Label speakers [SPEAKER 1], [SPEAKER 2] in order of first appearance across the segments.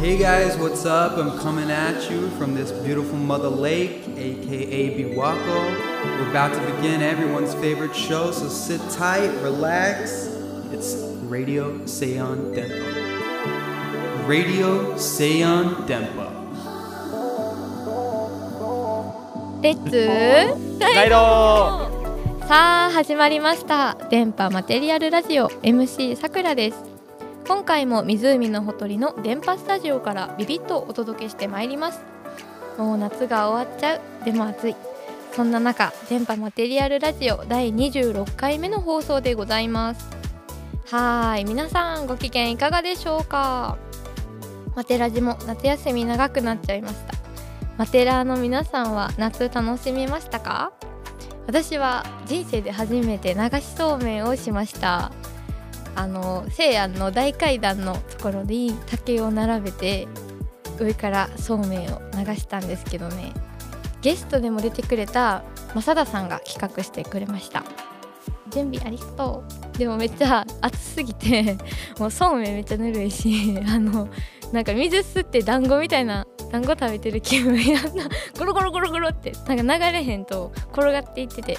[SPEAKER 1] Hey guys, what's up? I'm coming at you from this beautiful mother lake, aka Biwako. We're about to begin everyone's favorite show, so sit tight, relax. It's Radio Seon Dempo. Radio Seon Dempo.
[SPEAKER 2] レッツ
[SPEAKER 3] ガイロ
[SPEAKER 2] さあ始まりました電波マテリアルラジオ MC さくらです今回も湖のほとりの電波スタジオからビビッとお届けしてまいりますもう夏が終わっちゃうでも暑いそんな中電波マテリアルラジオ第26回目の放送でございますはーい皆さんご機嫌いかがでしょうかマテラジも夏休み長くなっちゃいましたマテラーの皆さんは夏楽しめましたか私は人生で初めて流しそうめんをしましたあの西安の大階段のところに竹を並べて上からそうめんを流したんですけどねゲストでも出てくれた正田さんが企画してくれました準備ありがとうでもめっちゃ暑すぎてもうそうめんめっちゃぬるいしあのなんか水吸って団子みたいな団子食べてる気分やんなゴロゴロゴロゴロってなんか流れへんと転がっていってて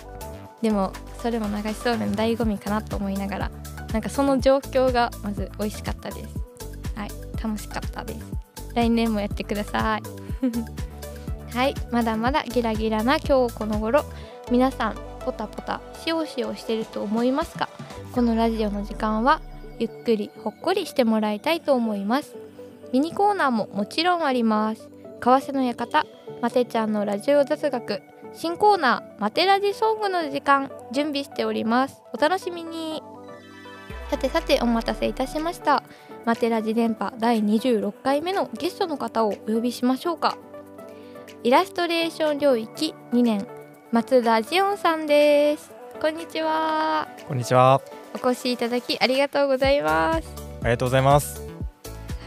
[SPEAKER 2] でもそれも流しそうめんの醍醐味かなと思いながらなんかその状況がまず美味しかったですはい楽しかったです来年もやってください はいまだまだギラギラな今日この頃皆さんポタポタしおしおしてると思いますがこのラジオの時間はゆっくりほっこりしてもらいたいと思いますミニコーナーももちろんあります為替の館マテちゃんのラジオ雑学新コーナーマテラジソングの時間準備しておりますお楽しみにさてさてお待たせいたしましたマテラジ電波第26回目のゲストの方をお呼びしましょうかイラストレーション領域2年松田ジオンさんですこんにちは
[SPEAKER 3] ーこんにちは
[SPEAKER 2] お越しいただきありがとうございます
[SPEAKER 3] ありがとうございます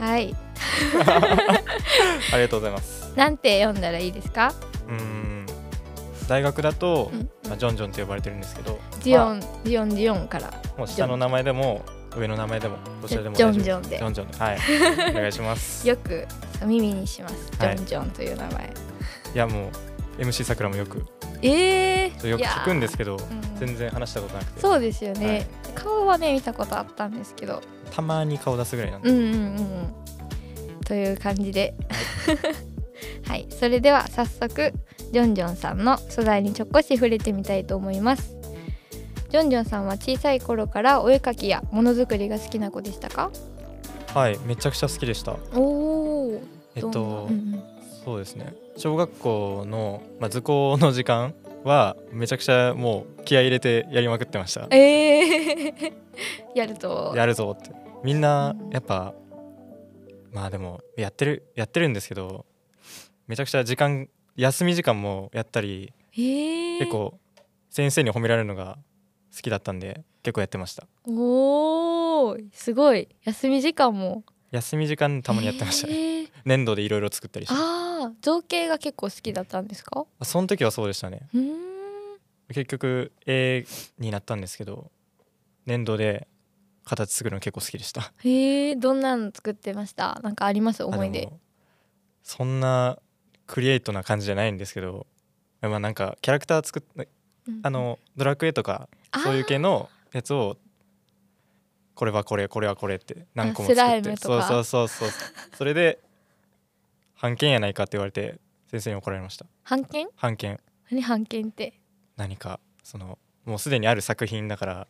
[SPEAKER 2] はい
[SPEAKER 3] ありがとうございます
[SPEAKER 2] なんて読んだらいいですか
[SPEAKER 3] うーん大学だと、
[SPEAKER 2] うん
[SPEAKER 3] まあ、ジョンジョンって呼ばれてるんですけど
[SPEAKER 2] ジ
[SPEAKER 3] ま
[SPEAKER 2] オン、ジオンジオンから
[SPEAKER 3] あもう下の名前でも上の名前でもどちらでも
[SPEAKER 2] ジョン
[SPEAKER 3] 大丈夫
[SPEAKER 2] ジョンで
[SPEAKER 3] ジョンジョン ではいお願いしますい
[SPEAKER 2] よく耳にします、
[SPEAKER 3] はい
[SPEAKER 2] ジョンジョンという名前
[SPEAKER 3] やもう MC さくらもよく
[SPEAKER 2] えー、
[SPEAKER 3] よく聞くんですけど
[SPEAKER 2] ん
[SPEAKER 3] 全然話したことなくて
[SPEAKER 2] そうですよね、
[SPEAKER 3] はい
[SPEAKER 2] 顔はね見たことあったんですけど
[SPEAKER 3] たまに顔出すぐらいなんで、
[SPEAKER 2] うんうんうんうんという感じで はいそれでは早速ジョンジョンさんの素材にちょっこし触れてみたいと思いますジョンジョンさんは小さい頃からお絵かきやものづくりが好きな子でしたか
[SPEAKER 3] はいめちゃくちゃ好きでした
[SPEAKER 2] おお
[SPEAKER 3] えっと、
[SPEAKER 2] うん
[SPEAKER 3] そうですね小学校の、まあ、図工の時間はめちゃくちゃもう気合い入れてやりまくってました
[SPEAKER 2] うん、えー、 やると
[SPEAKER 3] やるぞってみんな
[SPEAKER 2] うん
[SPEAKER 3] やっぱまあでもやってるやってるんですけどめちゃくちゃ時間休み時間もやったり
[SPEAKER 2] えー、
[SPEAKER 3] 結構先生に褒められるのが好きだったんで結構やってました
[SPEAKER 2] おおすごい休み時間も
[SPEAKER 3] 休み時間たまにやってました
[SPEAKER 2] え
[SPEAKER 3] ね
[SPEAKER 2] ー
[SPEAKER 3] 粘土でいろいろ作ったりして
[SPEAKER 2] ああ造形が結構好きだったんですか
[SPEAKER 3] その時はそうでしたね
[SPEAKER 2] うーん
[SPEAKER 3] 結局絵になったんですけど粘土で形作るの結構好きでした
[SPEAKER 2] へえどんなの作ってましたなんかあります思い
[SPEAKER 3] あ
[SPEAKER 2] 出
[SPEAKER 3] のそんなクリエイトな感じじゃないんですけどまあなんかキャラクター作っ
[SPEAKER 2] うん
[SPEAKER 3] あのドラクエとか
[SPEAKER 2] あー
[SPEAKER 3] そういう系のやつをこれはこれこれはこれって何個も
[SPEAKER 2] あス
[SPEAKER 3] 作
[SPEAKER 2] ライ
[SPEAKER 3] っ
[SPEAKER 2] ム
[SPEAKER 3] て
[SPEAKER 2] と
[SPEAKER 3] そう
[SPEAKER 2] か
[SPEAKER 3] そうそうそうそれで「半券やないか」って言われて先生に怒られました
[SPEAKER 2] 版権
[SPEAKER 3] 半券
[SPEAKER 2] 何版権って
[SPEAKER 3] 何かそのもうすでにある作品だから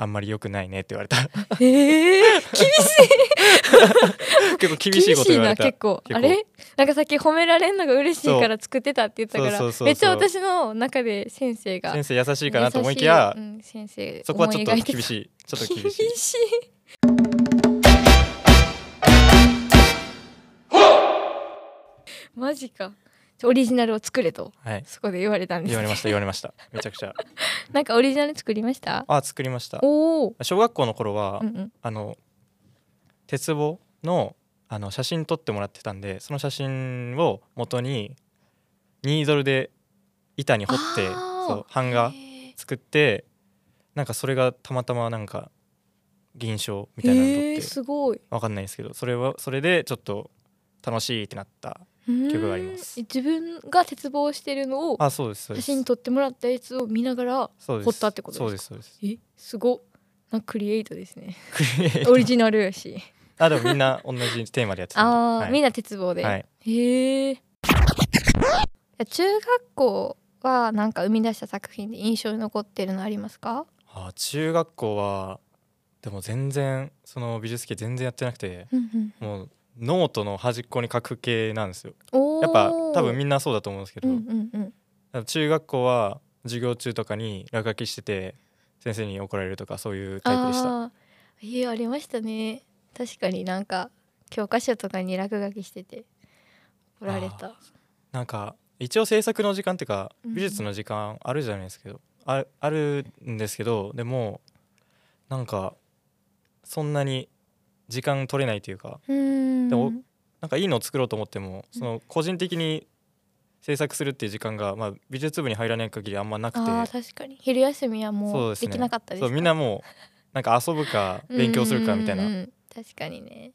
[SPEAKER 3] あんまり良くないねって言わ れた
[SPEAKER 2] ええ
[SPEAKER 3] 結構 厳
[SPEAKER 2] 厳
[SPEAKER 3] しいこと
[SPEAKER 2] しい
[SPEAKER 3] 言われ
[SPEAKER 2] な
[SPEAKER 3] た
[SPEAKER 2] 結構
[SPEAKER 3] 結構
[SPEAKER 2] あれなんかさっき褒められんのが嬉しいから作ってたって言ったか
[SPEAKER 3] そうそうそうそ
[SPEAKER 2] ら
[SPEAKER 3] う
[SPEAKER 2] めっちゃ私の中で先生が
[SPEAKER 3] 先
[SPEAKER 2] 優
[SPEAKER 3] 生優しい
[SPEAKER 2] し
[SPEAKER 3] かなと思いきや、
[SPEAKER 2] いうん先生
[SPEAKER 3] そこはちょっと
[SPEAKER 2] 思い描いてた
[SPEAKER 3] 厳しいちょっと厳しい
[SPEAKER 2] 厳しいマジかオリジナルを作れと
[SPEAKER 3] はい
[SPEAKER 2] そこで言われたんです
[SPEAKER 3] 言われましたた言われましためちゃくちゃ
[SPEAKER 2] なんかオリジナル作りました
[SPEAKER 3] あ作りました
[SPEAKER 2] おお
[SPEAKER 3] 小学校の頃は、
[SPEAKER 2] うんうん
[SPEAKER 3] あの鉄棒のあの写真撮ってもらってたんでその写真を元にニードルで板に彫って
[SPEAKER 2] あー
[SPEAKER 3] そう版
[SPEAKER 2] へ
[SPEAKER 3] 画
[SPEAKER 2] ー
[SPEAKER 3] 作ってなんかそれがたまたまなんか銀賞みたいなの
[SPEAKER 2] へ
[SPEAKER 3] 取
[SPEAKER 2] ー
[SPEAKER 3] って
[SPEAKER 2] すごい
[SPEAKER 3] わかんないですけどそれはそれでちょっと楽しいってなった曲があります
[SPEAKER 2] うーん自分が絶望してるのを
[SPEAKER 3] あそうですそうで
[SPEAKER 2] 写
[SPEAKER 3] す
[SPEAKER 2] 真撮ってもらったやつを見ながら
[SPEAKER 3] そうです
[SPEAKER 2] 彫ったってことですか
[SPEAKER 3] そうですそうです
[SPEAKER 2] えすごなんかクリエイトですね
[SPEAKER 3] クリエイト
[SPEAKER 2] オリジナルやし
[SPEAKER 3] あでもみんな同じテーマでやってたんで
[SPEAKER 2] ああー、
[SPEAKER 3] はい
[SPEAKER 2] みんな鉄棒で、
[SPEAKER 3] はい
[SPEAKER 2] へえ中学校はなんか生み出した作品で印象に残ってるのありますか
[SPEAKER 3] あー中学校はでも全然その美術系全然やってなくてもうノートの端っこに書く系なんですよ
[SPEAKER 2] おー
[SPEAKER 3] やっぱ多分みんなそうだと思うんですけど、
[SPEAKER 2] うんうんうん
[SPEAKER 3] 中学校は授業中とかに落書きしてて先生に怒られるとかそういうタイプでした
[SPEAKER 2] あーいやありましたね確かになんか教科書とかに落書きしてておられた
[SPEAKER 3] なんか一応制作の時間っていうか
[SPEAKER 2] うん
[SPEAKER 3] 美術の時間あるじゃないですけど、ああるんですけどでもなんかそんなに時間取れないというか
[SPEAKER 2] うーん
[SPEAKER 3] でもなんかいいのを作ろうと思ってもその個人的に制作するっていう時間が、まあ、美術部に入らない限りあんまなく
[SPEAKER 2] あ
[SPEAKER 3] て
[SPEAKER 2] ー確かに昼休みは
[SPEAKER 3] そう
[SPEAKER 2] もう
[SPEAKER 3] ですね
[SPEAKER 2] できなかったです
[SPEAKER 3] そうみんなもうなんか遊ぶか勉強するかみたい
[SPEAKER 2] うんうん
[SPEAKER 3] な
[SPEAKER 2] うん確かにね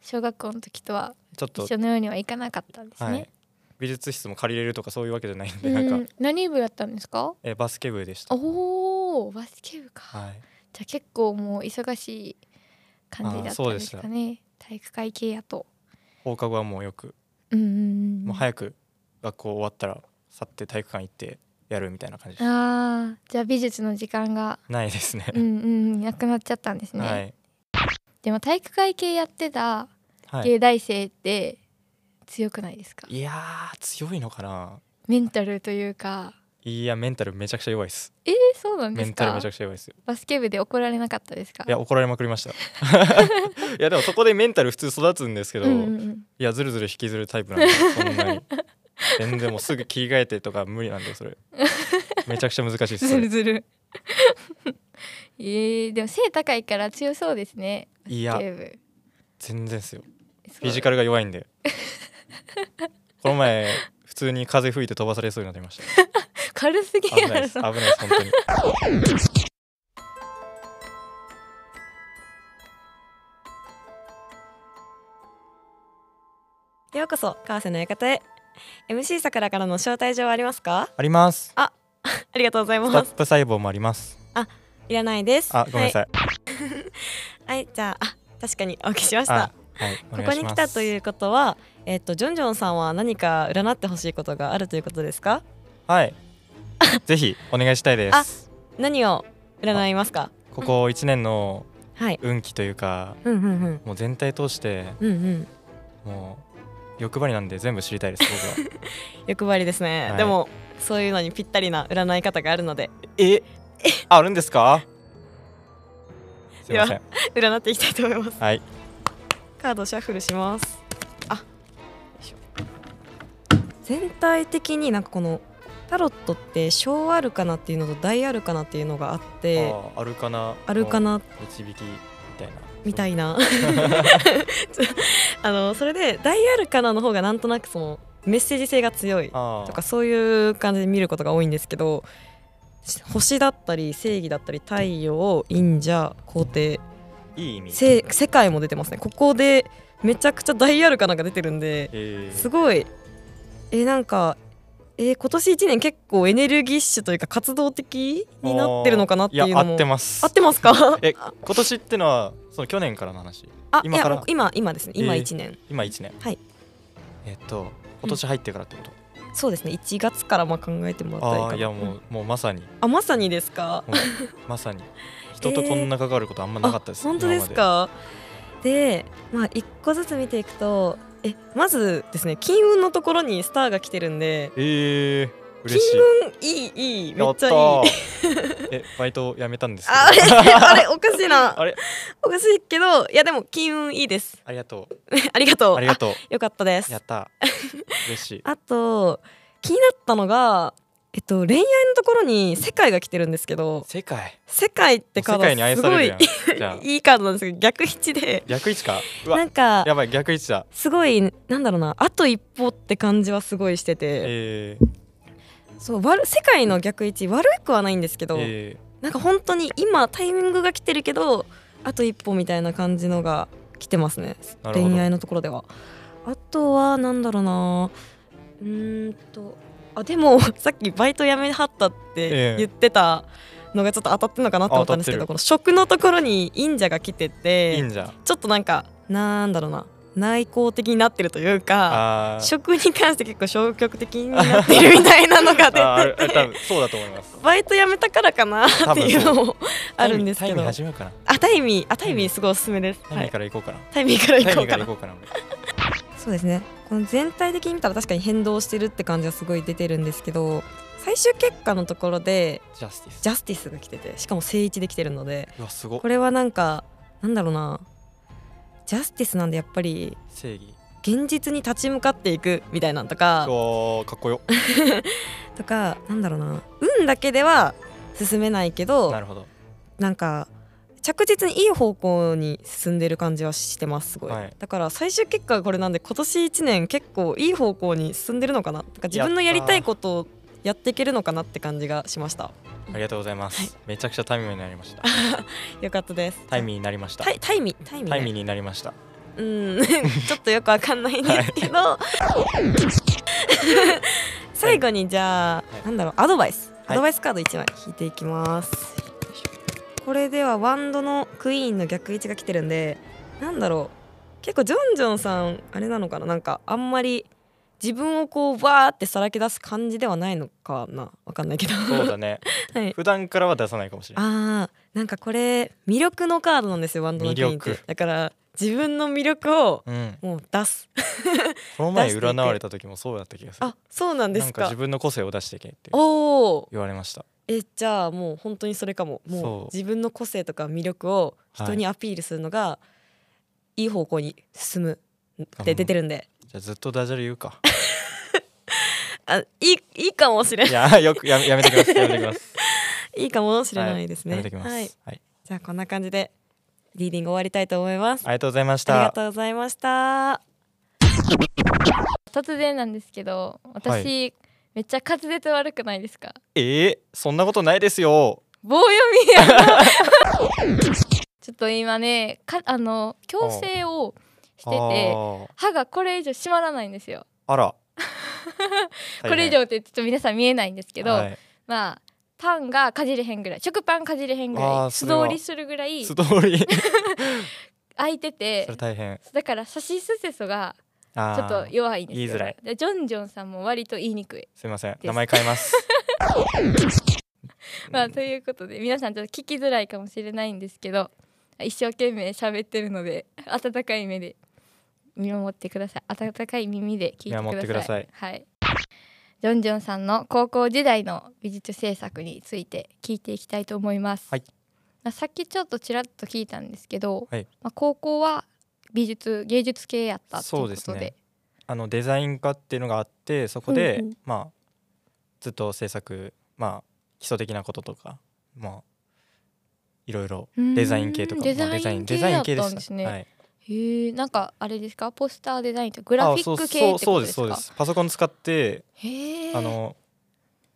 [SPEAKER 2] 小学校の時とは
[SPEAKER 3] ちょっと
[SPEAKER 2] 一緒のようにはいかなかったんです
[SPEAKER 3] は
[SPEAKER 2] ね
[SPEAKER 3] い、美術室も借りれるとかそういうわけじゃないんで
[SPEAKER 2] う
[SPEAKER 3] なん
[SPEAKER 2] ん
[SPEAKER 3] か、
[SPEAKER 2] 何部やったんですか
[SPEAKER 3] えバスケ部でした。
[SPEAKER 2] おおバスケ部か、
[SPEAKER 3] はい、
[SPEAKER 2] じゃあ結構もう忙しい感じだったんですか
[SPEAKER 3] あ
[SPEAKER 2] ね体育会系やと
[SPEAKER 3] 放課後はもうよく
[SPEAKER 2] うんうんうん
[SPEAKER 3] もう早く学校終わったら去って体育館行ってやるみたいな感じです
[SPEAKER 2] あーじゃあ美術の時間が
[SPEAKER 3] ないですね
[SPEAKER 2] う。んうんなくなっちゃったんですね、
[SPEAKER 3] はい、
[SPEAKER 2] でも体育会系やってた
[SPEAKER 3] はい、
[SPEAKER 2] 芸大生って強くないですか、
[SPEAKER 3] いやー強いのかな
[SPEAKER 2] メンタルというか
[SPEAKER 3] いやメンタルめちゃくちゃ弱いです
[SPEAKER 2] えー、そうなんで
[SPEAKER 3] メ
[SPEAKER 2] す
[SPEAKER 3] ンタル
[SPEAKER 2] か
[SPEAKER 3] めちゃくちゃ弱いですよ
[SPEAKER 2] バスケ部で怒られなかったですか
[SPEAKER 3] いや怒られまくりましたいやでもそこでメンタル普通育つんですけど、
[SPEAKER 2] うんうん
[SPEAKER 3] い
[SPEAKER 2] うん
[SPEAKER 3] やずるずる引きずるタイプなんでそんなに全然もうすぐ切り替えてとか無理なんで それめちゃくちゃ難しいですそ
[SPEAKER 2] ずる
[SPEAKER 3] れ
[SPEAKER 2] ずる えー、でも背高いから強そうですね
[SPEAKER 3] いや
[SPEAKER 2] バスケ部
[SPEAKER 3] 全然ですよ
[SPEAKER 2] そう
[SPEAKER 3] フィジカルが弱いんでこの前普通に風吹いて飛ばされそうになりました
[SPEAKER 2] 軽すぎ
[SPEAKER 3] 危
[SPEAKER 2] や
[SPEAKER 3] な
[SPEAKER 2] ろ
[SPEAKER 3] いです危ないです本当に
[SPEAKER 4] ようこそ川瀬の館へ MC さくらからの招待状はありますか
[SPEAKER 3] あります
[SPEAKER 4] ありがとうござい
[SPEAKER 3] スト
[SPEAKER 4] ま
[SPEAKER 3] ッ
[SPEAKER 4] す
[SPEAKER 3] プ細胞もあります
[SPEAKER 4] いらないです
[SPEAKER 3] あごめんなさい、
[SPEAKER 4] はい、はい、じゃああ確かにお聞きしまし
[SPEAKER 3] あ
[SPEAKER 4] た
[SPEAKER 3] はいお
[SPEAKER 4] こ
[SPEAKER 3] 願
[SPEAKER 4] こ
[SPEAKER 3] いし
[SPEAKER 4] に
[SPEAKER 3] ます
[SPEAKER 4] 来たということはえっとジョンジョンさんは何か占ってほしいことがあるということですか
[SPEAKER 3] はいぜひお願いしたいです
[SPEAKER 4] 何を占いますか
[SPEAKER 3] ここ一年の
[SPEAKER 4] はい
[SPEAKER 3] 運気というか
[SPEAKER 4] うんうんうん
[SPEAKER 3] もう全体通して
[SPEAKER 4] うんうん
[SPEAKER 3] もう欲張りなんで全部知りたいです僕 は
[SPEAKER 4] 欲張りですね、
[SPEAKER 3] はい
[SPEAKER 4] でもそういうのにぴったりな占い方があるので
[SPEAKER 3] えあるんですかすいません
[SPEAKER 4] 占っていきたいと思います
[SPEAKER 3] はい
[SPEAKER 4] カードシャッフルしますあよいしょ全体的になんかこのタロットって小アルカナっていうのと大アルカナっていうのがあっ
[SPEAKER 3] あ
[SPEAKER 4] て
[SPEAKER 3] ーアルカナ
[SPEAKER 4] アルカナ
[SPEAKER 3] 導きみたいな
[SPEAKER 4] みたいなちょあのそれで大アルカナの方がなんとなくそのメッセージ性が強い
[SPEAKER 3] あー
[SPEAKER 4] とかそういう感じで見ることが多いんですけど星だったり正義だったり太陽陰者皇帝
[SPEAKER 3] いい意味
[SPEAKER 4] せ世界も出てますねここでめちゃくちゃ大アルカナが出てるんで
[SPEAKER 3] えー
[SPEAKER 4] すごいえーなんかえー今年1年結構エネルギッシュというか活動的になってるのかなっていうのも
[SPEAKER 3] や合ってます
[SPEAKER 4] 合ってますか
[SPEAKER 3] え今年ってのはその去年からの話
[SPEAKER 4] あ
[SPEAKER 3] 今
[SPEAKER 4] いや
[SPEAKER 3] から
[SPEAKER 4] 今今ですね今
[SPEAKER 3] えー
[SPEAKER 4] 1年、
[SPEAKER 3] 今1年
[SPEAKER 4] はい
[SPEAKER 3] えっと今年入ってからってこと、
[SPEAKER 4] そうですね1月からまあ考えてもらったり
[SPEAKER 3] ああ
[SPEAKER 4] か
[SPEAKER 3] いやもう,、もうまさに
[SPEAKER 4] あまさにですか
[SPEAKER 3] もうま さに人とこんな関わることあんまなかったです、
[SPEAKER 4] あ本当ですかでまあ1個ずつ見ていくとえまずですね金運のところにスターが来てるんで
[SPEAKER 3] 今までえー、嬉しい
[SPEAKER 4] いいいいめ
[SPEAKER 3] や
[SPEAKER 4] っ
[SPEAKER 3] っ
[SPEAKER 4] ちゃ
[SPEAKER 3] た
[SPEAKER 4] いいあ
[SPEAKER 3] ーえバイト辞めたんですけど
[SPEAKER 4] あ れあれおかしいな
[SPEAKER 3] あれ
[SPEAKER 4] おかしいけどいやでも金運いいです
[SPEAKER 3] ありがとう
[SPEAKER 4] ありがとう。
[SPEAKER 3] ありがと
[SPEAKER 4] あよかったで
[SPEAKER 3] う
[SPEAKER 4] す
[SPEAKER 3] やっ。た嬉しい
[SPEAKER 4] あと気になったのがえっと恋愛のところに世界が来てるんですけど
[SPEAKER 3] 世界
[SPEAKER 4] 世界ってカ
[SPEAKER 3] 世
[SPEAKER 4] ード
[SPEAKER 3] 界に愛
[SPEAKER 4] す
[SPEAKER 3] さ
[SPEAKER 4] ご
[SPEAKER 3] れる
[SPEAKER 4] い
[SPEAKER 3] やんじゃあ
[SPEAKER 4] いいカードなんですけど逆位置で
[SPEAKER 3] 逆位置かう
[SPEAKER 4] な
[SPEAKER 3] わ
[SPEAKER 4] んか
[SPEAKER 3] やばい逆位置だ
[SPEAKER 4] すごいなんだろうなあと一歩って感じはすごいしてて、
[SPEAKER 3] えー、
[SPEAKER 4] そう悪世界の逆位置悪くはないんですけど、
[SPEAKER 3] え
[SPEAKER 4] なんか本当に今タイミングが来てるけどあと一歩みたいな感じのが来てますね
[SPEAKER 3] ー、なるほど
[SPEAKER 4] 恋愛のところではあとはなんだろうなうーんとあでも さっきバイト辞めはったって
[SPEAKER 3] ええ
[SPEAKER 4] 言ってたのがちょっと当たってるのかなと思ったんですけ
[SPEAKER 3] あ
[SPEAKER 4] ど
[SPEAKER 3] 当
[SPEAKER 4] この食のところに忍者が来てて
[SPEAKER 3] いいんじゃん
[SPEAKER 4] ちょっとなんかなんだろうな内向的になってるというか
[SPEAKER 3] あー
[SPEAKER 4] 食に関して結構消極的になってるみたいなのが
[SPEAKER 3] あーあ
[SPEAKER 4] 出
[SPEAKER 3] れあ
[SPEAKER 4] て
[SPEAKER 3] れ
[SPEAKER 4] て
[SPEAKER 3] 多分そうだと思います
[SPEAKER 4] バイト辞めたからかなっていうのもあるんです
[SPEAKER 3] タイ
[SPEAKER 4] け
[SPEAKER 3] ミ
[SPEAKER 4] ど
[SPEAKER 3] ング始めようかな
[SPEAKER 4] あタイミーあタイミーすごいおすすめです、
[SPEAKER 3] タイ
[SPEAKER 4] は
[SPEAKER 3] ミー
[SPEAKER 4] い、
[SPEAKER 3] から行こうかな
[SPEAKER 4] タイミーから
[SPEAKER 3] タ
[SPEAKER 4] 行
[SPEAKER 3] イ
[SPEAKER 4] こ
[SPEAKER 3] ミ
[SPEAKER 4] う
[SPEAKER 3] ー
[SPEAKER 4] か
[SPEAKER 3] か
[SPEAKER 4] な
[SPEAKER 3] ら行こうかな
[SPEAKER 4] そうですねこの全体的に見たら確かに変動してるって感じはすごい出てるんですけど最終結果のところで
[SPEAKER 3] ジャスティス
[SPEAKER 4] ジャスティスが来ててしかも正一で来てるので
[SPEAKER 3] うわすごっ
[SPEAKER 4] これはなんかなんだろうなジャスティスなんでやっぱり
[SPEAKER 3] 正義
[SPEAKER 4] 現実に立ち向かっていくみたいなんとか
[SPEAKER 3] うわーかっこよ
[SPEAKER 4] とかなんだろうな運だけでは進めないけど
[SPEAKER 3] なるほど
[SPEAKER 4] なんか着実にいい方向に進んでる感じはしてますすごい、
[SPEAKER 3] はい
[SPEAKER 4] だから最終結果がこれなんで今年1年結構いい方向に進んでるのかななんか自分のやりたいことをやっていけるのかなって感じがしました
[SPEAKER 3] ありがとうございますめちゃくちゃタイミーになりました
[SPEAKER 4] よかったです
[SPEAKER 3] タイミーになりました
[SPEAKER 4] タイタイミタイミ
[SPEAKER 3] タイミー
[SPEAKER 4] ね
[SPEAKER 3] になりました
[SPEAKER 4] うんちょっとよくわかんないんですけど、 最後にじゃあ、
[SPEAKER 3] はい
[SPEAKER 4] なんだろうアドバイス、
[SPEAKER 3] はい
[SPEAKER 4] アドバイスカード1枚引いていきますこれではワンドのクイーンの逆位置が来てるんでなんだろう結構ジョンジョンさんあれなのかななんかあんまり自分をこうわーってさらけ出す感じではないのかなわかんないけど
[SPEAKER 3] そうだね
[SPEAKER 4] はい
[SPEAKER 3] 普段からは出さないかもしれない
[SPEAKER 4] あーなんかこれ魅力のカードなんですよワンドのクイーンっ
[SPEAKER 3] 魅
[SPEAKER 4] て
[SPEAKER 3] 力
[SPEAKER 4] だから自分の魅力を
[SPEAKER 3] うん
[SPEAKER 4] もう出す
[SPEAKER 3] この
[SPEAKER 4] 出
[SPEAKER 3] 前
[SPEAKER 4] していく
[SPEAKER 3] 占われた時もそうだった気がする
[SPEAKER 4] あそうなんで
[SPEAKER 3] な
[SPEAKER 4] す
[SPEAKER 3] ん
[SPEAKER 4] か
[SPEAKER 3] か自分の個性を出していけって
[SPEAKER 4] おお
[SPEAKER 3] 言われました
[SPEAKER 4] えじゃあもう本当にそれかももう
[SPEAKER 3] そう
[SPEAKER 4] 自分の個性とか魅力を人にアピールするのがいい方向に進むって出てるんで
[SPEAKER 3] じゃあずっとダジャレ言うか
[SPEAKER 4] あいいいいかもしれない
[SPEAKER 3] やよくやめやめてきますやめてきます
[SPEAKER 4] いいいかもしれないですね
[SPEAKER 3] やめてきます
[SPEAKER 4] は
[SPEAKER 3] はいい、
[SPEAKER 4] じゃあこんな感じでリーディング終わりたいと思います
[SPEAKER 3] ありがとうございまし
[SPEAKER 4] ありが
[SPEAKER 3] た
[SPEAKER 4] とうございました
[SPEAKER 2] 突然なんですけど私、
[SPEAKER 3] は
[SPEAKER 2] めっちゃ滑舌悪くないですか
[SPEAKER 3] えー、そんなことないですよ
[SPEAKER 2] 棒読みや ちょっと今ねかあの矯正をして
[SPEAKER 3] あ
[SPEAKER 2] て
[SPEAKER 3] ー
[SPEAKER 2] 歯がこれ以上締まらないんですよ
[SPEAKER 3] あ ら
[SPEAKER 2] これ以上ってちょっと皆さん見えないんですけど、
[SPEAKER 3] 大変はい
[SPEAKER 2] まあパンがかじれへんぐらい食パンかじれへんぐら
[SPEAKER 3] あ
[SPEAKER 2] い
[SPEAKER 3] ー
[SPEAKER 2] 素
[SPEAKER 3] それは
[SPEAKER 2] 通りするぐらい
[SPEAKER 3] 素通 り
[SPEAKER 2] 空いてて
[SPEAKER 3] それ大変
[SPEAKER 2] だからさしすせそが
[SPEAKER 3] あ
[SPEAKER 2] ちょっと
[SPEAKER 3] ー
[SPEAKER 2] 弱いんですよ
[SPEAKER 3] 言いづらい
[SPEAKER 2] でジョンジョンさんも割と言いにくい、
[SPEAKER 3] すいません
[SPEAKER 2] す
[SPEAKER 3] 名前変えます
[SPEAKER 2] まあということで皆さんちょっと聞きづらいかもしれないんですけど一生懸命喋ってるので温かい目で見守ってください温かい耳で聞いてください
[SPEAKER 3] 見守ってください
[SPEAKER 2] はいジョンジョンさんの高校時代の美術制作について聞いていきたいと思います、
[SPEAKER 3] はい
[SPEAKER 2] まあ、さっきちょっとちらっと聞いたんですけど、
[SPEAKER 3] はい
[SPEAKER 2] まあ、高校は美術芸術系やったという
[SPEAKER 3] そう
[SPEAKER 2] こ
[SPEAKER 3] です
[SPEAKER 2] とで
[SPEAKER 3] ねあのデザイン科っていうのがあってそこで、
[SPEAKER 2] うんうん
[SPEAKER 3] まあずっと制作まあ基礎的なこととかまあいろいろ
[SPEAKER 2] うーん
[SPEAKER 3] デザイン系とか
[SPEAKER 2] デ
[SPEAKER 3] まあ
[SPEAKER 2] ザイン系
[SPEAKER 3] デザイン系
[SPEAKER 2] だ
[SPEAKER 3] で
[SPEAKER 2] ったんです
[SPEAKER 3] した
[SPEAKER 2] ね
[SPEAKER 3] はい、
[SPEAKER 2] へえなんかあれですかポスターデザインとかグラフィック系
[SPEAKER 3] あ
[SPEAKER 2] って
[SPEAKER 3] そ
[SPEAKER 2] こ
[SPEAKER 3] うそうそう
[SPEAKER 2] とで
[SPEAKER 3] で
[SPEAKER 2] すす
[SPEAKER 3] そうで
[SPEAKER 2] か
[SPEAKER 3] すパソコン使って、
[SPEAKER 2] へえ
[SPEAKER 3] あの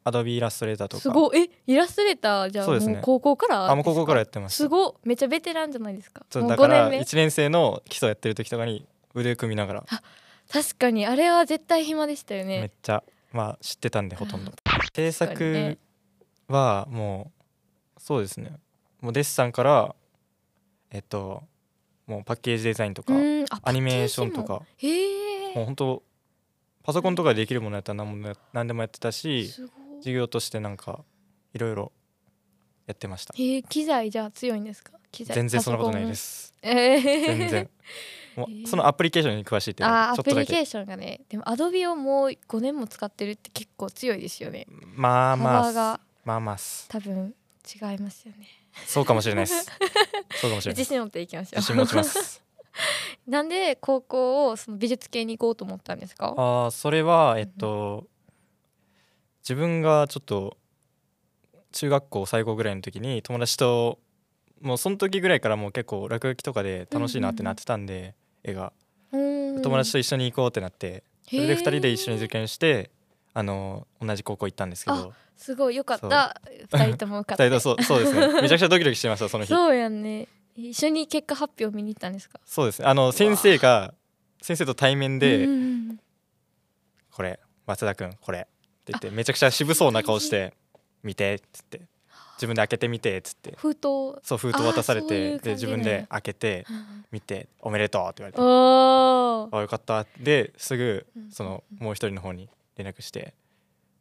[SPEAKER 3] アドビイラストレーターとか
[SPEAKER 2] すごいえイラストレーターじゃあ
[SPEAKER 3] そうですね
[SPEAKER 2] もう高校から
[SPEAKER 3] あもうここからや
[SPEAKER 2] で
[SPEAKER 3] ってますし
[SPEAKER 2] かす
[SPEAKER 3] た
[SPEAKER 2] ごいめっちゃベテランじゃないですか
[SPEAKER 3] そう
[SPEAKER 2] もう
[SPEAKER 3] だか
[SPEAKER 2] 5
[SPEAKER 3] ら
[SPEAKER 2] 年目
[SPEAKER 3] 1年生の基礎やってる時とかに腕組みながら
[SPEAKER 2] 確かにあれは絶対暇でしたよ
[SPEAKER 3] めっ
[SPEAKER 2] ね
[SPEAKER 3] ちゃまあ知ってたんでほとんど制
[SPEAKER 2] 確かにね
[SPEAKER 3] 作はもうそうですねもうデッサンからえっともうパッケージデザインと
[SPEAKER 2] う
[SPEAKER 3] か
[SPEAKER 2] ーんあ
[SPEAKER 3] アニメーションと
[SPEAKER 2] パ
[SPEAKER 3] か
[SPEAKER 2] ッケージ
[SPEAKER 3] もう
[SPEAKER 2] もへ
[SPEAKER 3] 本当パソコンとかでできるものやったら何もや何でもやってた
[SPEAKER 2] え
[SPEAKER 3] し
[SPEAKER 2] すごい
[SPEAKER 3] 授業としてなんかいろいろやってました
[SPEAKER 2] へえ機材じゃあ強いんですか機材
[SPEAKER 3] 全然そんなことないですす
[SPEAKER 2] えー、
[SPEAKER 3] 全 然も
[SPEAKER 2] えー
[SPEAKER 3] うそのアプリケーションに詳しいっていう
[SPEAKER 2] あー
[SPEAKER 3] かちょ
[SPEAKER 2] ア
[SPEAKER 3] っと
[SPEAKER 2] プ
[SPEAKER 3] だ
[SPEAKER 2] リケ
[SPEAKER 3] け
[SPEAKER 2] ーションがねでもアドビをもう5年も使ってるって結構強いですよね
[SPEAKER 3] まあま
[SPEAKER 2] 幅が
[SPEAKER 3] あまあまあす
[SPEAKER 2] 多分違いますよね
[SPEAKER 3] そうかもしれないです そうかもしれ
[SPEAKER 2] 自
[SPEAKER 3] ない です
[SPEAKER 2] 信持っていきましょう
[SPEAKER 3] 自信持ちます
[SPEAKER 2] なんで高校をその美術系に行こうと思ったんですか
[SPEAKER 3] あーそれはえっと自分がちょっと中学校最高ぐらいの時に友達ともうその時ぐらいからもう結構落書きとかで楽しいなってなってたんで、絵が
[SPEAKER 2] うん
[SPEAKER 3] 友達と一緒に行こうってなって、それで2人で一緒に受験してあの同じ高校行ったんですけど
[SPEAKER 2] すごいよかった二人とも受か
[SPEAKER 3] 2
[SPEAKER 2] った
[SPEAKER 3] 人とそうそうですねめちゃくちゃドキドキしてましたその日
[SPEAKER 2] そうやんね一緒に結果発表見に行ったんですか
[SPEAKER 3] そうですねあの先生が先生と対面で
[SPEAKER 2] うんうんうん
[SPEAKER 3] 「これ松田君これ」って言ってめちゃくちゃ渋そうな顔して「見て」っつって自分で開けてみてっつって
[SPEAKER 2] 封筒 お
[SPEAKER 3] そう封筒渡され
[SPEAKER 2] あーそういう
[SPEAKER 3] て
[SPEAKER 2] 感じ
[SPEAKER 3] で自
[SPEAKER 2] なん
[SPEAKER 3] 分
[SPEAKER 2] や
[SPEAKER 3] で開けて見て「おめでとう」って言われて
[SPEAKER 2] おー
[SPEAKER 3] あよかったですぐ
[SPEAKER 2] うん
[SPEAKER 3] そのもう一人の方に連絡して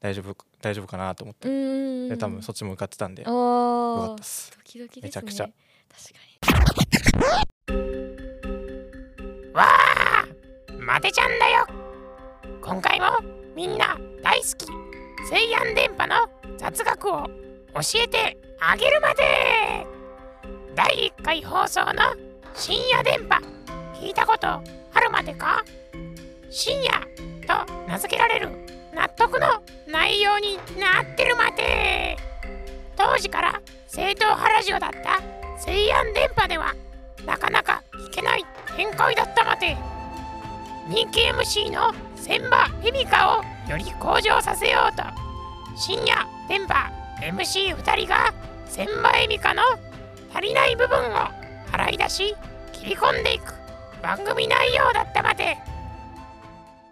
[SPEAKER 3] 大丈夫大丈夫かなと思っ
[SPEAKER 2] うん
[SPEAKER 3] て
[SPEAKER 2] うんう
[SPEAKER 3] で
[SPEAKER 2] ん
[SPEAKER 3] 多分そっちも受かってたんでよか
[SPEAKER 2] お
[SPEAKER 3] っ
[SPEAKER 2] ー
[SPEAKER 3] たっす
[SPEAKER 2] ドキドキですね
[SPEAKER 3] めちゃくちゃ
[SPEAKER 2] 確か
[SPEAKER 5] わあマテちゃんだよ今回もみんな大好き西安電波の雑学を教えてあげるまで第1回放送の深夜電波聞いたことあるまでか深夜と名付けられる納得の内容になってるまで当時から正統派ラジオだった西安電波ではなかなか聞けない展開だったまで人気 MC の千葉恵美香をより向上させようと深夜電波 MC2 人が千葉恵美香の足りない部分を洗い出し切り込んでいく番組内容だったまで。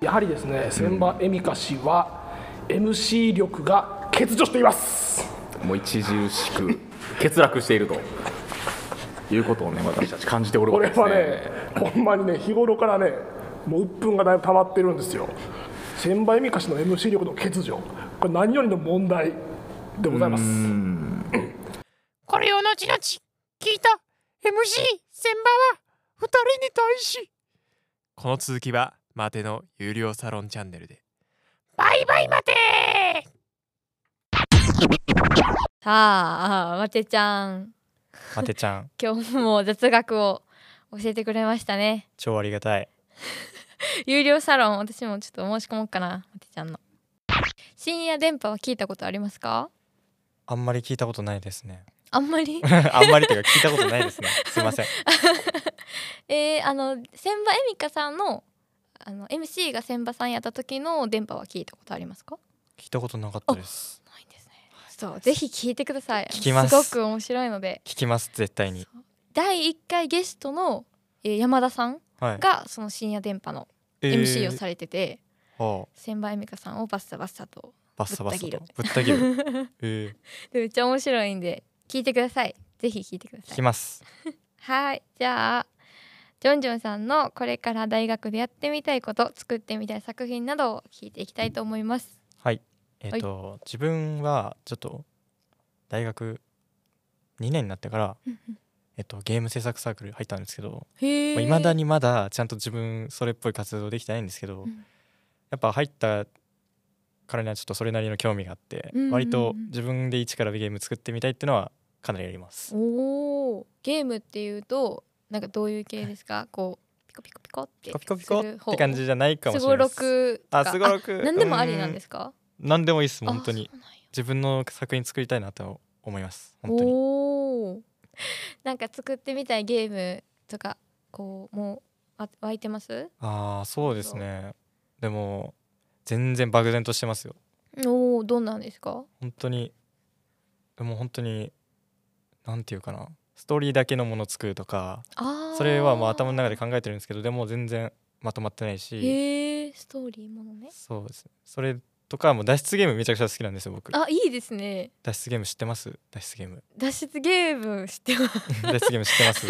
[SPEAKER 6] やはりですね千葉恵美香氏は MC 力が欠如しています
[SPEAKER 7] もう著しく欠落しているということをね私たち感じておるわ
[SPEAKER 6] こ
[SPEAKER 7] け
[SPEAKER 6] れ
[SPEAKER 7] ですね
[SPEAKER 6] はねほんまにね日頃からねもう鬱憤がだいぶ溜まってるんですよ千葉恵美香氏の MC 力の欠如これ何よりの問題でございます
[SPEAKER 5] これを後々聞いた MC 千葉は2人に対し
[SPEAKER 8] この続きはマテの有料サロンチャンネルで
[SPEAKER 5] バイバイまで
[SPEAKER 2] にさあまてちゃん
[SPEAKER 3] マテちゃん
[SPEAKER 2] 今日も雑学を教えてくれましたね
[SPEAKER 3] 超ありがたい
[SPEAKER 2] 有料サロン私もちょっと申し込もうかなまてちゃんの深夜電波は聞いたことありますか
[SPEAKER 3] あんまり聞いたことないですね
[SPEAKER 2] あんまり
[SPEAKER 3] あんまりというか聞いたことないですねすいません
[SPEAKER 2] えー、あの千葉恵美香さんのあの MC が千葉さんやった時の電波は聞いたことありますか
[SPEAKER 3] 聞いたことなかったです
[SPEAKER 2] ないんですねそうぜひ聞いてください
[SPEAKER 3] 聞きます
[SPEAKER 2] すごく面白いので
[SPEAKER 3] 聞きます絶対に
[SPEAKER 2] 第1回ゲストのえー山田さん
[SPEAKER 3] はい
[SPEAKER 2] がその深夜電波の MC をされてて、
[SPEAKER 3] えーはあ
[SPEAKER 2] 千葉恵美香さんをバッサバッサと
[SPEAKER 3] バッサバッサと
[SPEAKER 2] ぶ
[SPEAKER 3] ぶった切る え
[SPEAKER 2] でめっちゃ面白いんで聞いてくださいぜひ聞いてくだ
[SPEAKER 3] ー聞
[SPEAKER 2] さ
[SPEAKER 3] き
[SPEAKER 2] い
[SPEAKER 3] ます
[SPEAKER 2] はいじゃあジョンジョンさんのこれから大学でやってみたいこと作ってみたい作品などを聞いていきたいと思います
[SPEAKER 3] はいえっ、と、自分はちょっと大学2年になってからえっとゲーム制作サークル入ったんですけど
[SPEAKER 2] へ
[SPEAKER 3] いまあ未だにまだちゃんと自分それっぽい活動できてないんですけど、
[SPEAKER 2] うん
[SPEAKER 3] やっぱ入ったからにはちょっとそれなりの興味があって、
[SPEAKER 2] うんうんうん
[SPEAKER 3] 割と自分で一からゲーム作ってみたいっていうのはかなりあります。
[SPEAKER 2] おーゲームっていうとなんかどういう系ですかこうピコピコピコって
[SPEAKER 3] ピコピコピコ
[SPEAKER 2] する
[SPEAKER 3] っ
[SPEAKER 2] 方
[SPEAKER 3] て感じじゃないかも
[SPEAKER 2] す
[SPEAKER 3] し
[SPEAKER 2] ご
[SPEAKER 3] れな
[SPEAKER 2] ろ
[SPEAKER 3] いです。
[SPEAKER 2] くとか
[SPEAKER 3] あすごろく。
[SPEAKER 2] 何でもありなんですすか
[SPEAKER 3] 何でもいいです本当
[SPEAKER 2] あ
[SPEAKER 3] に
[SPEAKER 2] そうなんや
[SPEAKER 3] 自分の作品作りたいなと思います本当に。
[SPEAKER 2] おおー なんか作ってみたいゲームとかこうもうあ湧いてます
[SPEAKER 3] ああそうですね。でも全然漠然としてますよ
[SPEAKER 2] おおどんなんですか
[SPEAKER 3] 本当にでも本当になんていうかなストーリーだけのもの作るとか。
[SPEAKER 2] あー
[SPEAKER 3] それはもう頭の中で考えてるんですけどでも全然まとまってないし
[SPEAKER 2] へえストーリーものね
[SPEAKER 3] そうですねそれとかもう脱出ゲームめちゃくちゃ好きなんですよ僕
[SPEAKER 2] あいいですね
[SPEAKER 3] 脱出ゲーム知ってます脱出ゲーム
[SPEAKER 2] 脱出ゲーム知ってます、
[SPEAKER 3] 脱出ゲーム知って ます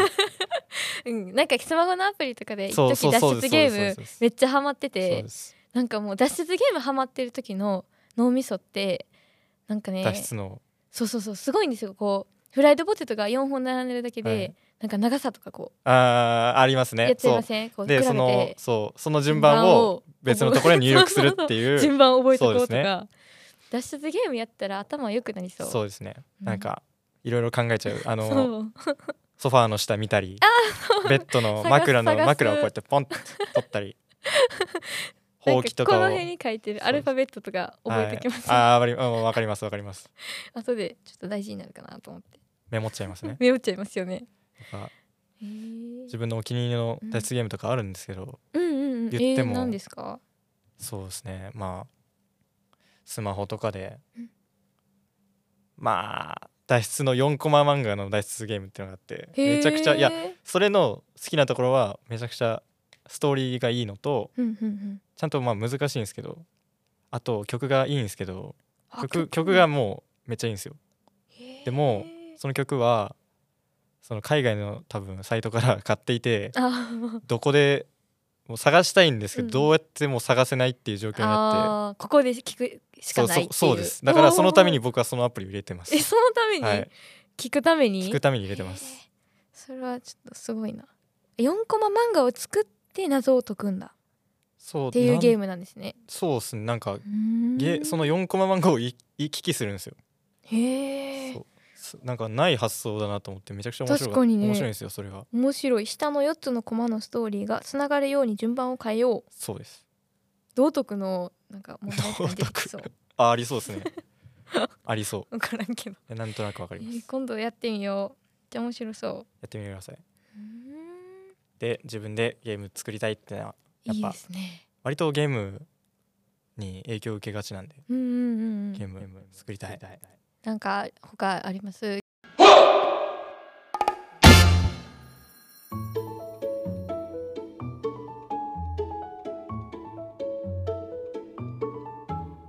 [SPEAKER 2] うん、なんかスマホのアプリとかで一
[SPEAKER 3] そう
[SPEAKER 2] 時
[SPEAKER 3] そうそう
[SPEAKER 2] 脱
[SPEAKER 3] で
[SPEAKER 2] 出
[SPEAKER 3] す
[SPEAKER 2] ゲ
[SPEAKER 3] そうで
[SPEAKER 2] ー
[SPEAKER 3] すそう
[SPEAKER 2] ム
[SPEAKER 3] です
[SPEAKER 2] めっちゃハマって
[SPEAKER 3] そう
[SPEAKER 2] て
[SPEAKER 3] です
[SPEAKER 2] なんかもう脱出ゲームハマってる時の脳みそってなんかね
[SPEAKER 3] 脱出の
[SPEAKER 2] そうそうそうすごいんですよこうフライドポテトが4本並んでるだけで、
[SPEAKER 3] はい
[SPEAKER 2] なんか長さとかこう
[SPEAKER 3] あーあります
[SPEAKER 2] やっ
[SPEAKER 3] ね
[SPEAKER 2] て
[SPEAKER 3] そ
[SPEAKER 2] ま
[SPEAKER 3] う
[SPEAKER 2] せんこう比べ
[SPEAKER 3] で
[SPEAKER 2] て
[SPEAKER 3] そのそうその順番を別のところに入力するって いう
[SPEAKER 2] 順番を覚えてこうと
[SPEAKER 3] そうです
[SPEAKER 2] か脱出ゲームやったら頭良くなりそう
[SPEAKER 3] そうですねなんかいろいろ考えちゃうあ
[SPEAKER 2] そ
[SPEAKER 3] の
[SPEAKER 2] う
[SPEAKER 3] ソファーの下見たりベッド
[SPEAKER 2] 探
[SPEAKER 3] の
[SPEAKER 2] す
[SPEAKER 3] 枕の
[SPEAKER 2] 探す
[SPEAKER 3] 枕をこうやってポンって取ったりほうきとかを
[SPEAKER 2] なんこの辺に書いてるアルファベットとか覚えてきます、
[SPEAKER 3] はい、ああわかりうんわかりますわかります
[SPEAKER 2] 後でちょっと大事になるかなと思って
[SPEAKER 3] メモっちゃ いますね
[SPEAKER 2] 目打っちゃいますよね
[SPEAKER 3] やっぱ
[SPEAKER 2] へー
[SPEAKER 3] 自分のお気に入りの脱出ゲームとかあるんですけど、
[SPEAKER 2] うんうんうん
[SPEAKER 3] 言っても
[SPEAKER 2] えー何ですか
[SPEAKER 3] そうですねまあスマホとかで、まあ脱出の4コマ漫画の脱出ゲームっていうのがあってめちゃくちゃいや
[SPEAKER 2] へー
[SPEAKER 3] それの好きなところはめちゃくちゃストーリーがいいのと
[SPEAKER 2] うんうんうん
[SPEAKER 3] ちゃんとまあ難しいんですけどあと曲がいいんですけど
[SPEAKER 2] あ
[SPEAKER 3] 曲曲がもうめっちゃいいんですよでも
[SPEAKER 2] へー
[SPEAKER 3] その曲はその海外の多分サイトから 買っていて
[SPEAKER 2] あ
[SPEAKER 3] どこでもう探したいんですけど、
[SPEAKER 2] うん
[SPEAKER 3] どうやっても探せないっていう状況になって
[SPEAKER 2] あーここで聞くしか
[SPEAKER 3] そう
[SPEAKER 2] ないっていう
[SPEAKER 3] そうそうですだからそのために
[SPEAKER 2] おー
[SPEAKER 3] 僕はそのアプリを入れてます
[SPEAKER 2] えそのために、
[SPEAKER 3] はい
[SPEAKER 2] 聞くために
[SPEAKER 3] 聞くために入れてます
[SPEAKER 2] それはちょっとすごいな4コマ漫画を作って謎を解くんだ
[SPEAKER 3] そう
[SPEAKER 2] っていうゲー
[SPEAKER 3] ム
[SPEAKER 2] ムなんですね
[SPEAKER 3] そうですねなんか
[SPEAKER 2] ゲ
[SPEAKER 3] ゲその4コマ漫画をい行き来するんですよ
[SPEAKER 2] へえ
[SPEAKER 3] そうすなんかない発想だなと思ってめちゃくちゃ面白い
[SPEAKER 2] 確かにね
[SPEAKER 3] 面白いんですよそれが
[SPEAKER 2] 面白い下の4つのコマのストーリーがつながるように順番を変えよう
[SPEAKER 3] そう です
[SPEAKER 2] 道徳のなんか問題 点出てきそう
[SPEAKER 3] 道あありそうですね ありそう
[SPEAKER 2] 分からんけ ど、
[SPEAKER 3] えなんとなくわかります
[SPEAKER 2] えー今度やってみようめっちゃ面白そ
[SPEAKER 3] やってみてくださいう
[SPEAKER 2] うん
[SPEAKER 3] で自分でゲーム作りたいってのはい
[SPEAKER 2] い
[SPEAKER 3] や
[SPEAKER 2] で
[SPEAKER 3] っぱ
[SPEAKER 2] すね
[SPEAKER 3] 割とゲームに影響を受けがちなんで
[SPEAKER 2] うんうんうんう
[SPEAKER 3] ゲー
[SPEAKER 2] ん
[SPEAKER 3] ム作りたい
[SPEAKER 2] なんか他あります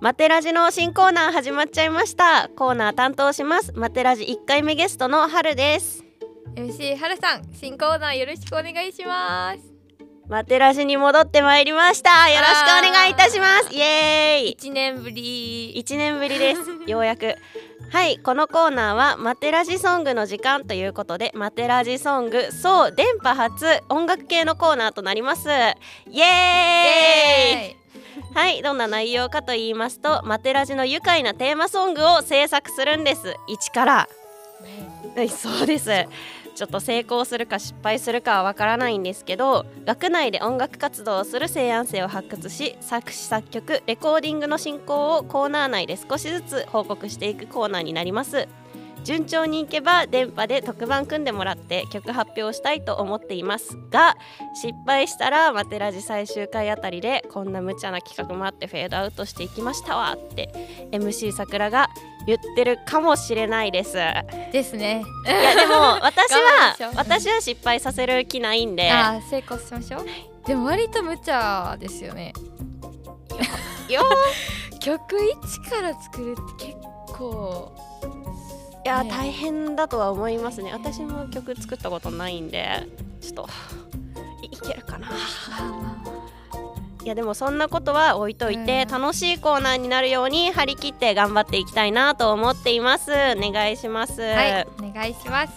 [SPEAKER 5] マテラジの新コーナー始まっちゃいましたコーナー担当しますマテラジ1回目ゲストの春です
[SPEAKER 2] MC はるさん新コーナーよろしくお願いします
[SPEAKER 5] マテラジに戻ってまいりましたよろしくお願いいたしますイエーイ
[SPEAKER 2] 1年ぶり
[SPEAKER 5] 1年ぶり ですようやくはいこのコーナーはマテラジソングの時間ということでマテラジソングそう電波初音楽系のコーナーとなりますイエーイ
[SPEAKER 2] え
[SPEAKER 5] はいどんな内容かと言いますとマテラジの愉快なテーマソングを制作するんです一からはいそうですちょっと成功するか失敗するかはわからないんですけど学内で音楽活動をする西安生を発掘し作詞作曲レコーディングの進行をコーナー内で少しずつ報告していくコーナーになります順調にいけば電波で特番組んでもらって曲発表したいと思っていますが失敗したらマテラジ最終回あたりでこんな無茶な企画もあってフェードアウトしていきましたわって MC 桜が言ってるかもしれないです
[SPEAKER 2] ーいですね
[SPEAKER 5] いやでも 私
[SPEAKER 2] 我慢しよ
[SPEAKER 5] は
[SPEAKER 2] う
[SPEAKER 5] 私は失敗させる気ないんで
[SPEAKER 2] あー成功しましょうでも割と無茶ですよね
[SPEAKER 5] よ
[SPEAKER 2] 曲1から作るって結構
[SPEAKER 5] いや
[SPEAKER 2] ね
[SPEAKER 5] 大変だとは思いますね私も曲作ったことないんでちょっといいける かないやでもそんなことは置いといて、
[SPEAKER 2] うん
[SPEAKER 5] 楽しいコーナーになるように張り切って頑張っていきたいなと思っていますお願いします
[SPEAKER 2] はいお願いします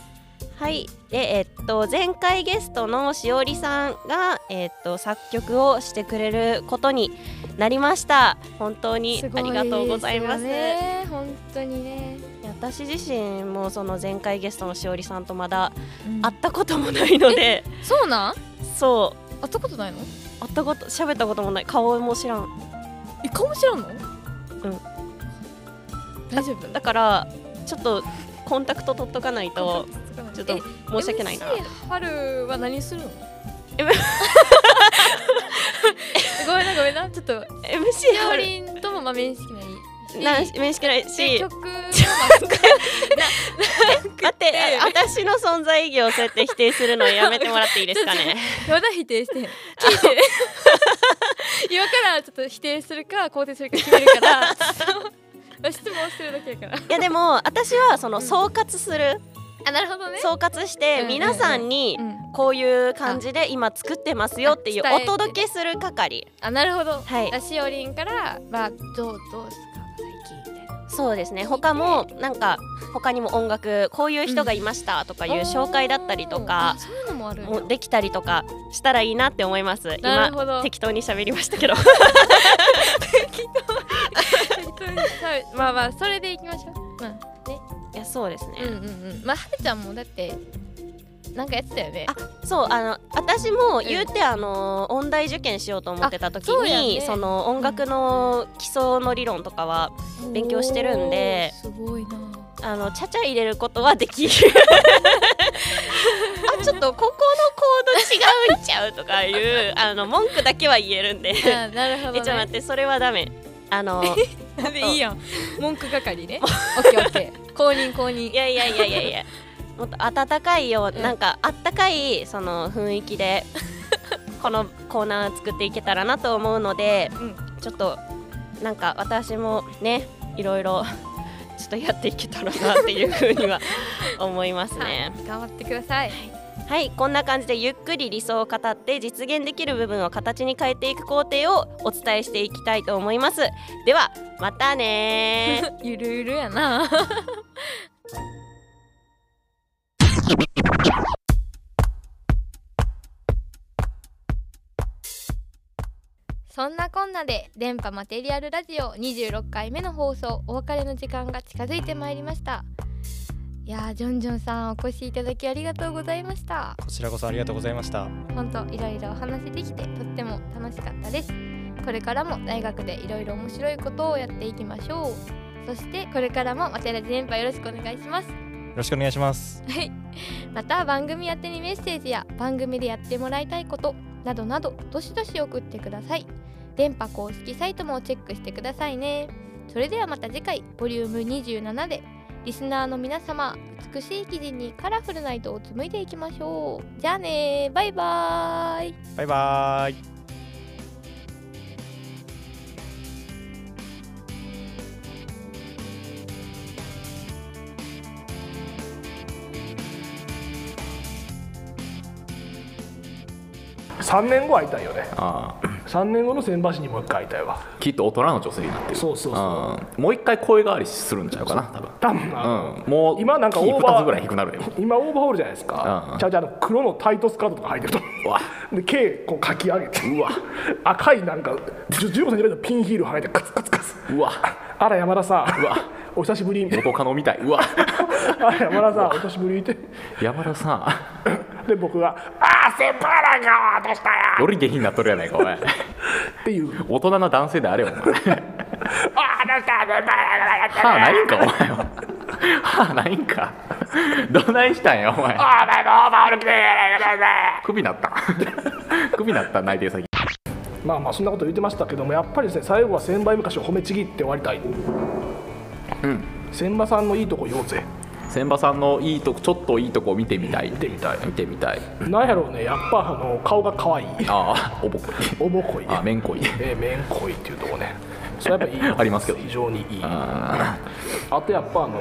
[SPEAKER 5] はい、でえっと前回ゲストのしおりさんがえっと作曲をしてくれることになりました。本当に
[SPEAKER 2] すご
[SPEAKER 5] あ
[SPEAKER 2] い
[SPEAKER 5] りがとうございます。
[SPEAKER 2] ですよね本当にね
[SPEAKER 5] 私自身もその前回ゲストのしおりさんとまだ
[SPEAKER 2] うん
[SPEAKER 5] 会ったこともないので、
[SPEAKER 2] そうなん
[SPEAKER 5] そう
[SPEAKER 2] 会ったことないの
[SPEAKER 5] 会ったこと喋ったこともない顔も知らん。
[SPEAKER 2] え顔も知らんのうん大丈夫
[SPEAKER 5] だからちょっとコンタクト取っとかないとちょっと申し訳ないな。
[SPEAKER 2] え MC 春は何するの
[SPEAKER 5] え
[SPEAKER 2] ごめんなごめんなちょっと
[SPEAKER 5] MC
[SPEAKER 2] ヤオ
[SPEAKER 5] 春
[SPEAKER 2] リンともまあ面識ないし
[SPEAKER 5] なん面識ない
[SPEAKER 2] で
[SPEAKER 5] し。
[SPEAKER 2] 曲も
[SPEAKER 5] 待って、あ私の存在意義をそうやって否定するの やめてもらっていいですかね。
[SPEAKER 2] まだ否定してへん 聞いて今からちょっと否定するか肯定するか決めるから質問してるだけやから
[SPEAKER 5] いやでも私はその総括する、
[SPEAKER 2] あなるほどね
[SPEAKER 5] 総括し
[SPEAKER 2] うんうん
[SPEAKER 5] て
[SPEAKER 2] うん
[SPEAKER 5] 皆さんに
[SPEAKER 2] うん
[SPEAKER 5] こういう感じで今作ってますよっていう
[SPEAKER 2] あ伝えて
[SPEAKER 5] お届けする係。
[SPEAKER 2] あなるほど
[SPEAKER 5] はい
[SPEAKER 2] ラシオリンからまあどうどうですか最近みたいな
[SPEAKER 5] そうですね。他もなんか他にも音楽こういう人がいましたとかいう紹介だったりと
[SPEAKER 2] おーあ
[SPEAKER 5] か。
[SPEAKER 2] そういうのもあるんだ
[SPEAKER 5] もうできたりとかしたらいいなって思います。
[SPEAKER 2] な
[SPEAKER 5] 今
[SPEAKER 2] るほど
[SPEAKER 5] 適当に喋り ましたけど。
[SPEAKER 2] そうまあまあそれでいきましょう、まあ
[SPEAKER 5] いやそうですね。
[SPEAKER 2] うんうんうんまあはるちゃんもだってなんかやってたよね
[SPEAKER 5] あそうあの私も言うて、あの音大受験しようと思ってた時
[SPEAKER 2] あそうや
[SPEAKER 5] に
[SPEAKER 2] ね
[SPEAKER 5] そ,、の音楽の基礎の理論とかは勉強してるんで
[SPEAKER 2] おーすごい な
[SPEAKER 5] あのちゃちゃ入れることは できるあちょっとここのコード違うんちゃうとかいうあの文句だけは言えるんでえ
[SPEAKER 2] あなるほど、ね、
[SPEAKER 5] ちょ待ってそれはダメ あの
[SPEAKER 2] なんでいいやん 文句係ね オッケーオッケー公認公認
[SPEAKER 5] いやいやいやいやいやもっと温かいよう
[SPEAKER 2] うん
[SPEAKER 5] なんかあったかいその雰囲気で このコーナー作っていけたらなと思うので、
[SPEAKER 2] うん
[SPEAKER 5] ちょっとなんか私もねいろいろちょっとやっていけたらなっていうふう には思いますね。
[SPEAKER 2] 頑張ってください
[SPEAKER 5] はいこんな感じでゆっくり理想を語って実現できる部分を形に変えていく工程をお伝えしていきたいと思いますではまたね
[SPEAKER 2] ゆるゆるやなそんなこんなで電波マテリアルラジオ26回目の放送お別れの時間が近づいてまいりましたいやージョンジョンさんお越しいただきありがとうございました
[SPEAKER 3] こちらこそありがとうございました。
[SPEAKER 2] 本当いろいろお話できてとっても楽しかったですこれからも大学でいろいろ面白いことをやっていきましょうそしてこれからもマテラジ電波よろしくお願いします
[SPEAKER 3] よろしくお願いします。
[SPEAKER 2] はいまた番組宛てにメッセージや番組でやってもらいたいことなどなどどしどし送ってください電波公式サイトもチェックしてくださいねそれではまた次回ボリューム27でリスナーの皆様美しい記事にカラフルな糸を紡いでいきましょうじゃあねーバイバーイ
[SPEAKER 3] バイバーイ。
[SPEAKER 6] 3年後会いたいよね
[SPEAKER 7] ああ
[SPEAKER 6] 3年後の千橋にもう一回会いたいわ
[SPEAKER 7] きっと大人の女性になってる
[SPEAKER 6] そうそうそう
[SPEAKER 7] うんもう一回声変わりするんちゃうかな多分
[SPEAKER 6] 多分な
[SPEAKER 7] うん、もう
[SPEAKER 6] 今なんか
[SPEAKER 7] キー
[SPEAKER 6] オーバー
[SPEAKER 7] 2つぐらい低くなるよ
[SPEAKER 6] 今オーバーホールじゃないですか
[SPEAKER 7] うん
[SPEAKER 6] じゃあじゃああの黒のタイトスカートとか履いてると思う
[SPEAKER 7] うわ
[SPEAKER 6] で K こう書き上げてうわ赤いなんか1 5センチぐらいのピンヒール履いてカツカツカツ
[SPEAKER 7] うわ
[SPEAKER 6] あら山田さん
[SPEAKER 7] うわ
[SPEAKER 6] お久しぶりみたいな
[SPEAKER 7] 元カノみたいうわ
[SPEAKER 6] あら山田さんお久しぶりって
[SPEAKER 7] 山田さ
[SPEAKER 6] で僕が「ああ先輩なんかどうしたよ
[SPEAKER 7] んより下品になっとるやないかお前
[SPEAKER 6] っていう
[SPEAKER 7] 大人の男性であれよお前
[SPEAKER 6] 「ああどうした先輩なんか
[SPEAKER 7] 歯ないんかお前は歯ないんかどないしたんやお
[SPEAKER 6] お
[SPEAKER 7] 前
[SPEAKER 6] 前のオーバーホール来てください」
[SPEAKER 7] クビなった クビなった内定先
[SPEAKER 6] まあまあそんなこと言ってましたけどもやっぱりですね最後は千倍昔を褒めちぎって終わりたい
[SPEAKER 7] ん
[SPEAKER 6] 千葉さんのいいとこ言おうぜ
[SPEAKER 7] 千葉さんのいいとこちょっといいとこ見てみたい見
[SPEAKER 6] てみたい
[SPEAKER 7] 見てみたい
[SPEAKER 6] なんやろうねやっぱあの顔が可愛い
[SPEAKER 7] ああおぼこい
[SPEAKER 6] おぼこい
[SPEAKER 7] あめんこい
[SPEAKER 6] えーめんこいっていうとこねそれはやっぱいいと思
[SPEAKER 7] ありますけど
[SPEAKER 6] 非常にいいあ
[SPEAKER 7] あ
[SPEAKER 6] とやっぱあの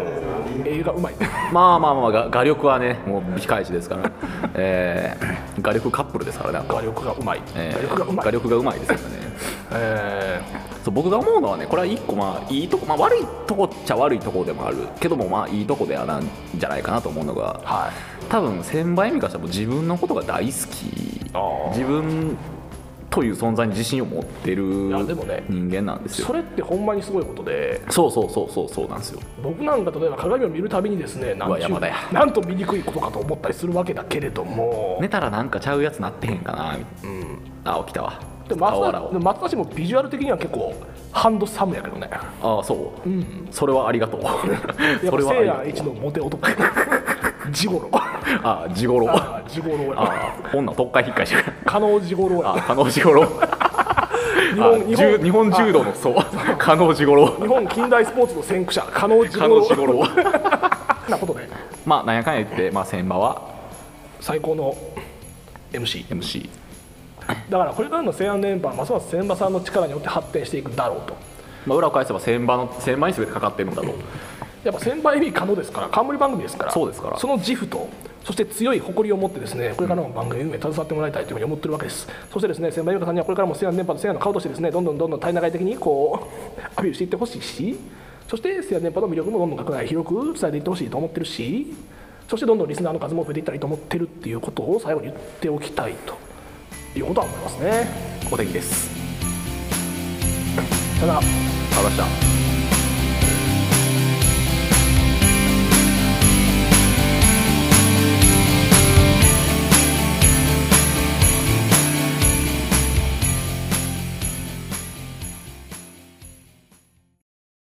[SPEAKER 6] 映画うまい
[SPEAKER 7] ーまあまあまあが画力はねもう控えしです から、えー、画力カップルですからね
[SPEAKER 6] 画力がうまい、
[SPEAKER 7] えー
[SPEAKER 6] 画力がうまい
[SPEAKER 7] 画力がうまいですからね
[SPEAKER 6] え
[SPEAKER 7] そう僕が思うのはねこれは一個まあいいとこ、まあ、悪いとこっちゃ悪いとこでもあるけどもまあいいとこではなんじゃないかなと思うのが
[SPEAKER 6] ーはい
[SPEAKER 7] 多分千葉恵美香さんも自分のことが大好き
[SPEAKER 6] あ
[SPEAKER 7] 自分という存在に自信を持ってる
[SPEAKER 6] いやでもね
[SPEAKER 7] 人間なんですよ
[SPEAKER 6] それってほんまにすごいことで
[SPEAKER 7] そうそうそうそうそうなんですよ
[SPEAKER 6] 僕なんか例えば鏡を見るたびにですねなん
[SPEAKER 7] うわ山田や
[SPEAKER 6] なんと醜いことかと思ったりするわけだけれども、
[SPEAKER 7] 寝たらなんかちゃうやつなってへんかなみたい
[SPEAKER 6] うん、
[SPEAKER 7] なあ起きたわ
[SPEAKER 6] でも
[SPEAKER 7] あ
[SPEAKER 6] 松
[SPEAKER 7] 笑
[SPEAKER 6] 田
[SPEAKER 7] お
[SPEAKER 6] でも
[SPEAKER 7] う
[SPEAKER 6] 松田氏もビジュアル的には結構ハンドサムやけどね、
[SPEAKER 7] ああそう、
[SPEAKER 6] ん、
[SPEAKER 7] それはありがとう
[SPEAKER 6] やっ
[SPEAKER 7] そ
[SPEAKER 6] ぱ
[SPEAKER 7] れは
[SPEAKER 6] せい
[SPEAKER 7] あ
[SPEAKER 6] や
[SPEAKER 7] り
[SPEAKER 6] 一
[SPEAKER 7] がとう
[SPEAKER 6] のモテ 男ジゴロ
[SPEAKER 7] ああ地頃あ
[SPEAKER 6] あジゴロや
[SPEAKER 7] あ女特会引っかいしてる
[SPEAKER 6] 加納ジゴロ
[SPEAKER 7] あ
[SPEAKER 6] や
[SPEAKER 7] 加納地頃
[SPEAKER 6] 日
[SPEAKER 7] あ
[SPEAKER 6] 本
[SPEAKER 7] じゅ日本柔道のそう加納地
[SPEAKER 6] あ
[SPEAKER 7] 頃
[SPEAKER 6] 日本近代スポーツの先駆者加納ジ
[SPEAKER 7] 加
[SPEAKER 6] ゴ
[SPEAKER 7] 納地
[SPEAKER 6] ロ
[SPEAKER 7] 頃
[SPEAKER 6] なことで
[SPEAKER 7] まあなんやかんや言って、まあ、千葉は
[SPEAKER 6] 最高の MC
[SPEAKER 7] MC
[SPEAKER 6] だからこれからの西安連覇はますます千葉さんの力によって発展していくだろうと
[SPEAKER 7] まあ、裏を返せば千葉の千葉に全てかかってるんだと
[SPEAKER 6] やっぱ先輩意味可能ですから冠番組ですから
[SPEAKER 7] そうですから
[SPEAKER 6] その自負とそして強い誇りを持ってですねこれからも番組運営に携わってもらいたいというふうに思ってるわけですそしてですね先輩優香さんにはこれからも西安電波と西安の顔としてですねどんどんどんどん対長い的にこうアピールしていってほしいしそして西安電波の魅力もどんどん拡大広く伝えていってほしいと思ってるしそしてどんどんリスナーの数も増えていったらいいと思ってるっていうことを最後に言っておきたいということは思いますね
[SPEAKER 7] お天気です
[SPEAKER 6] ただ
[SPEAKER 7] ありがとうございました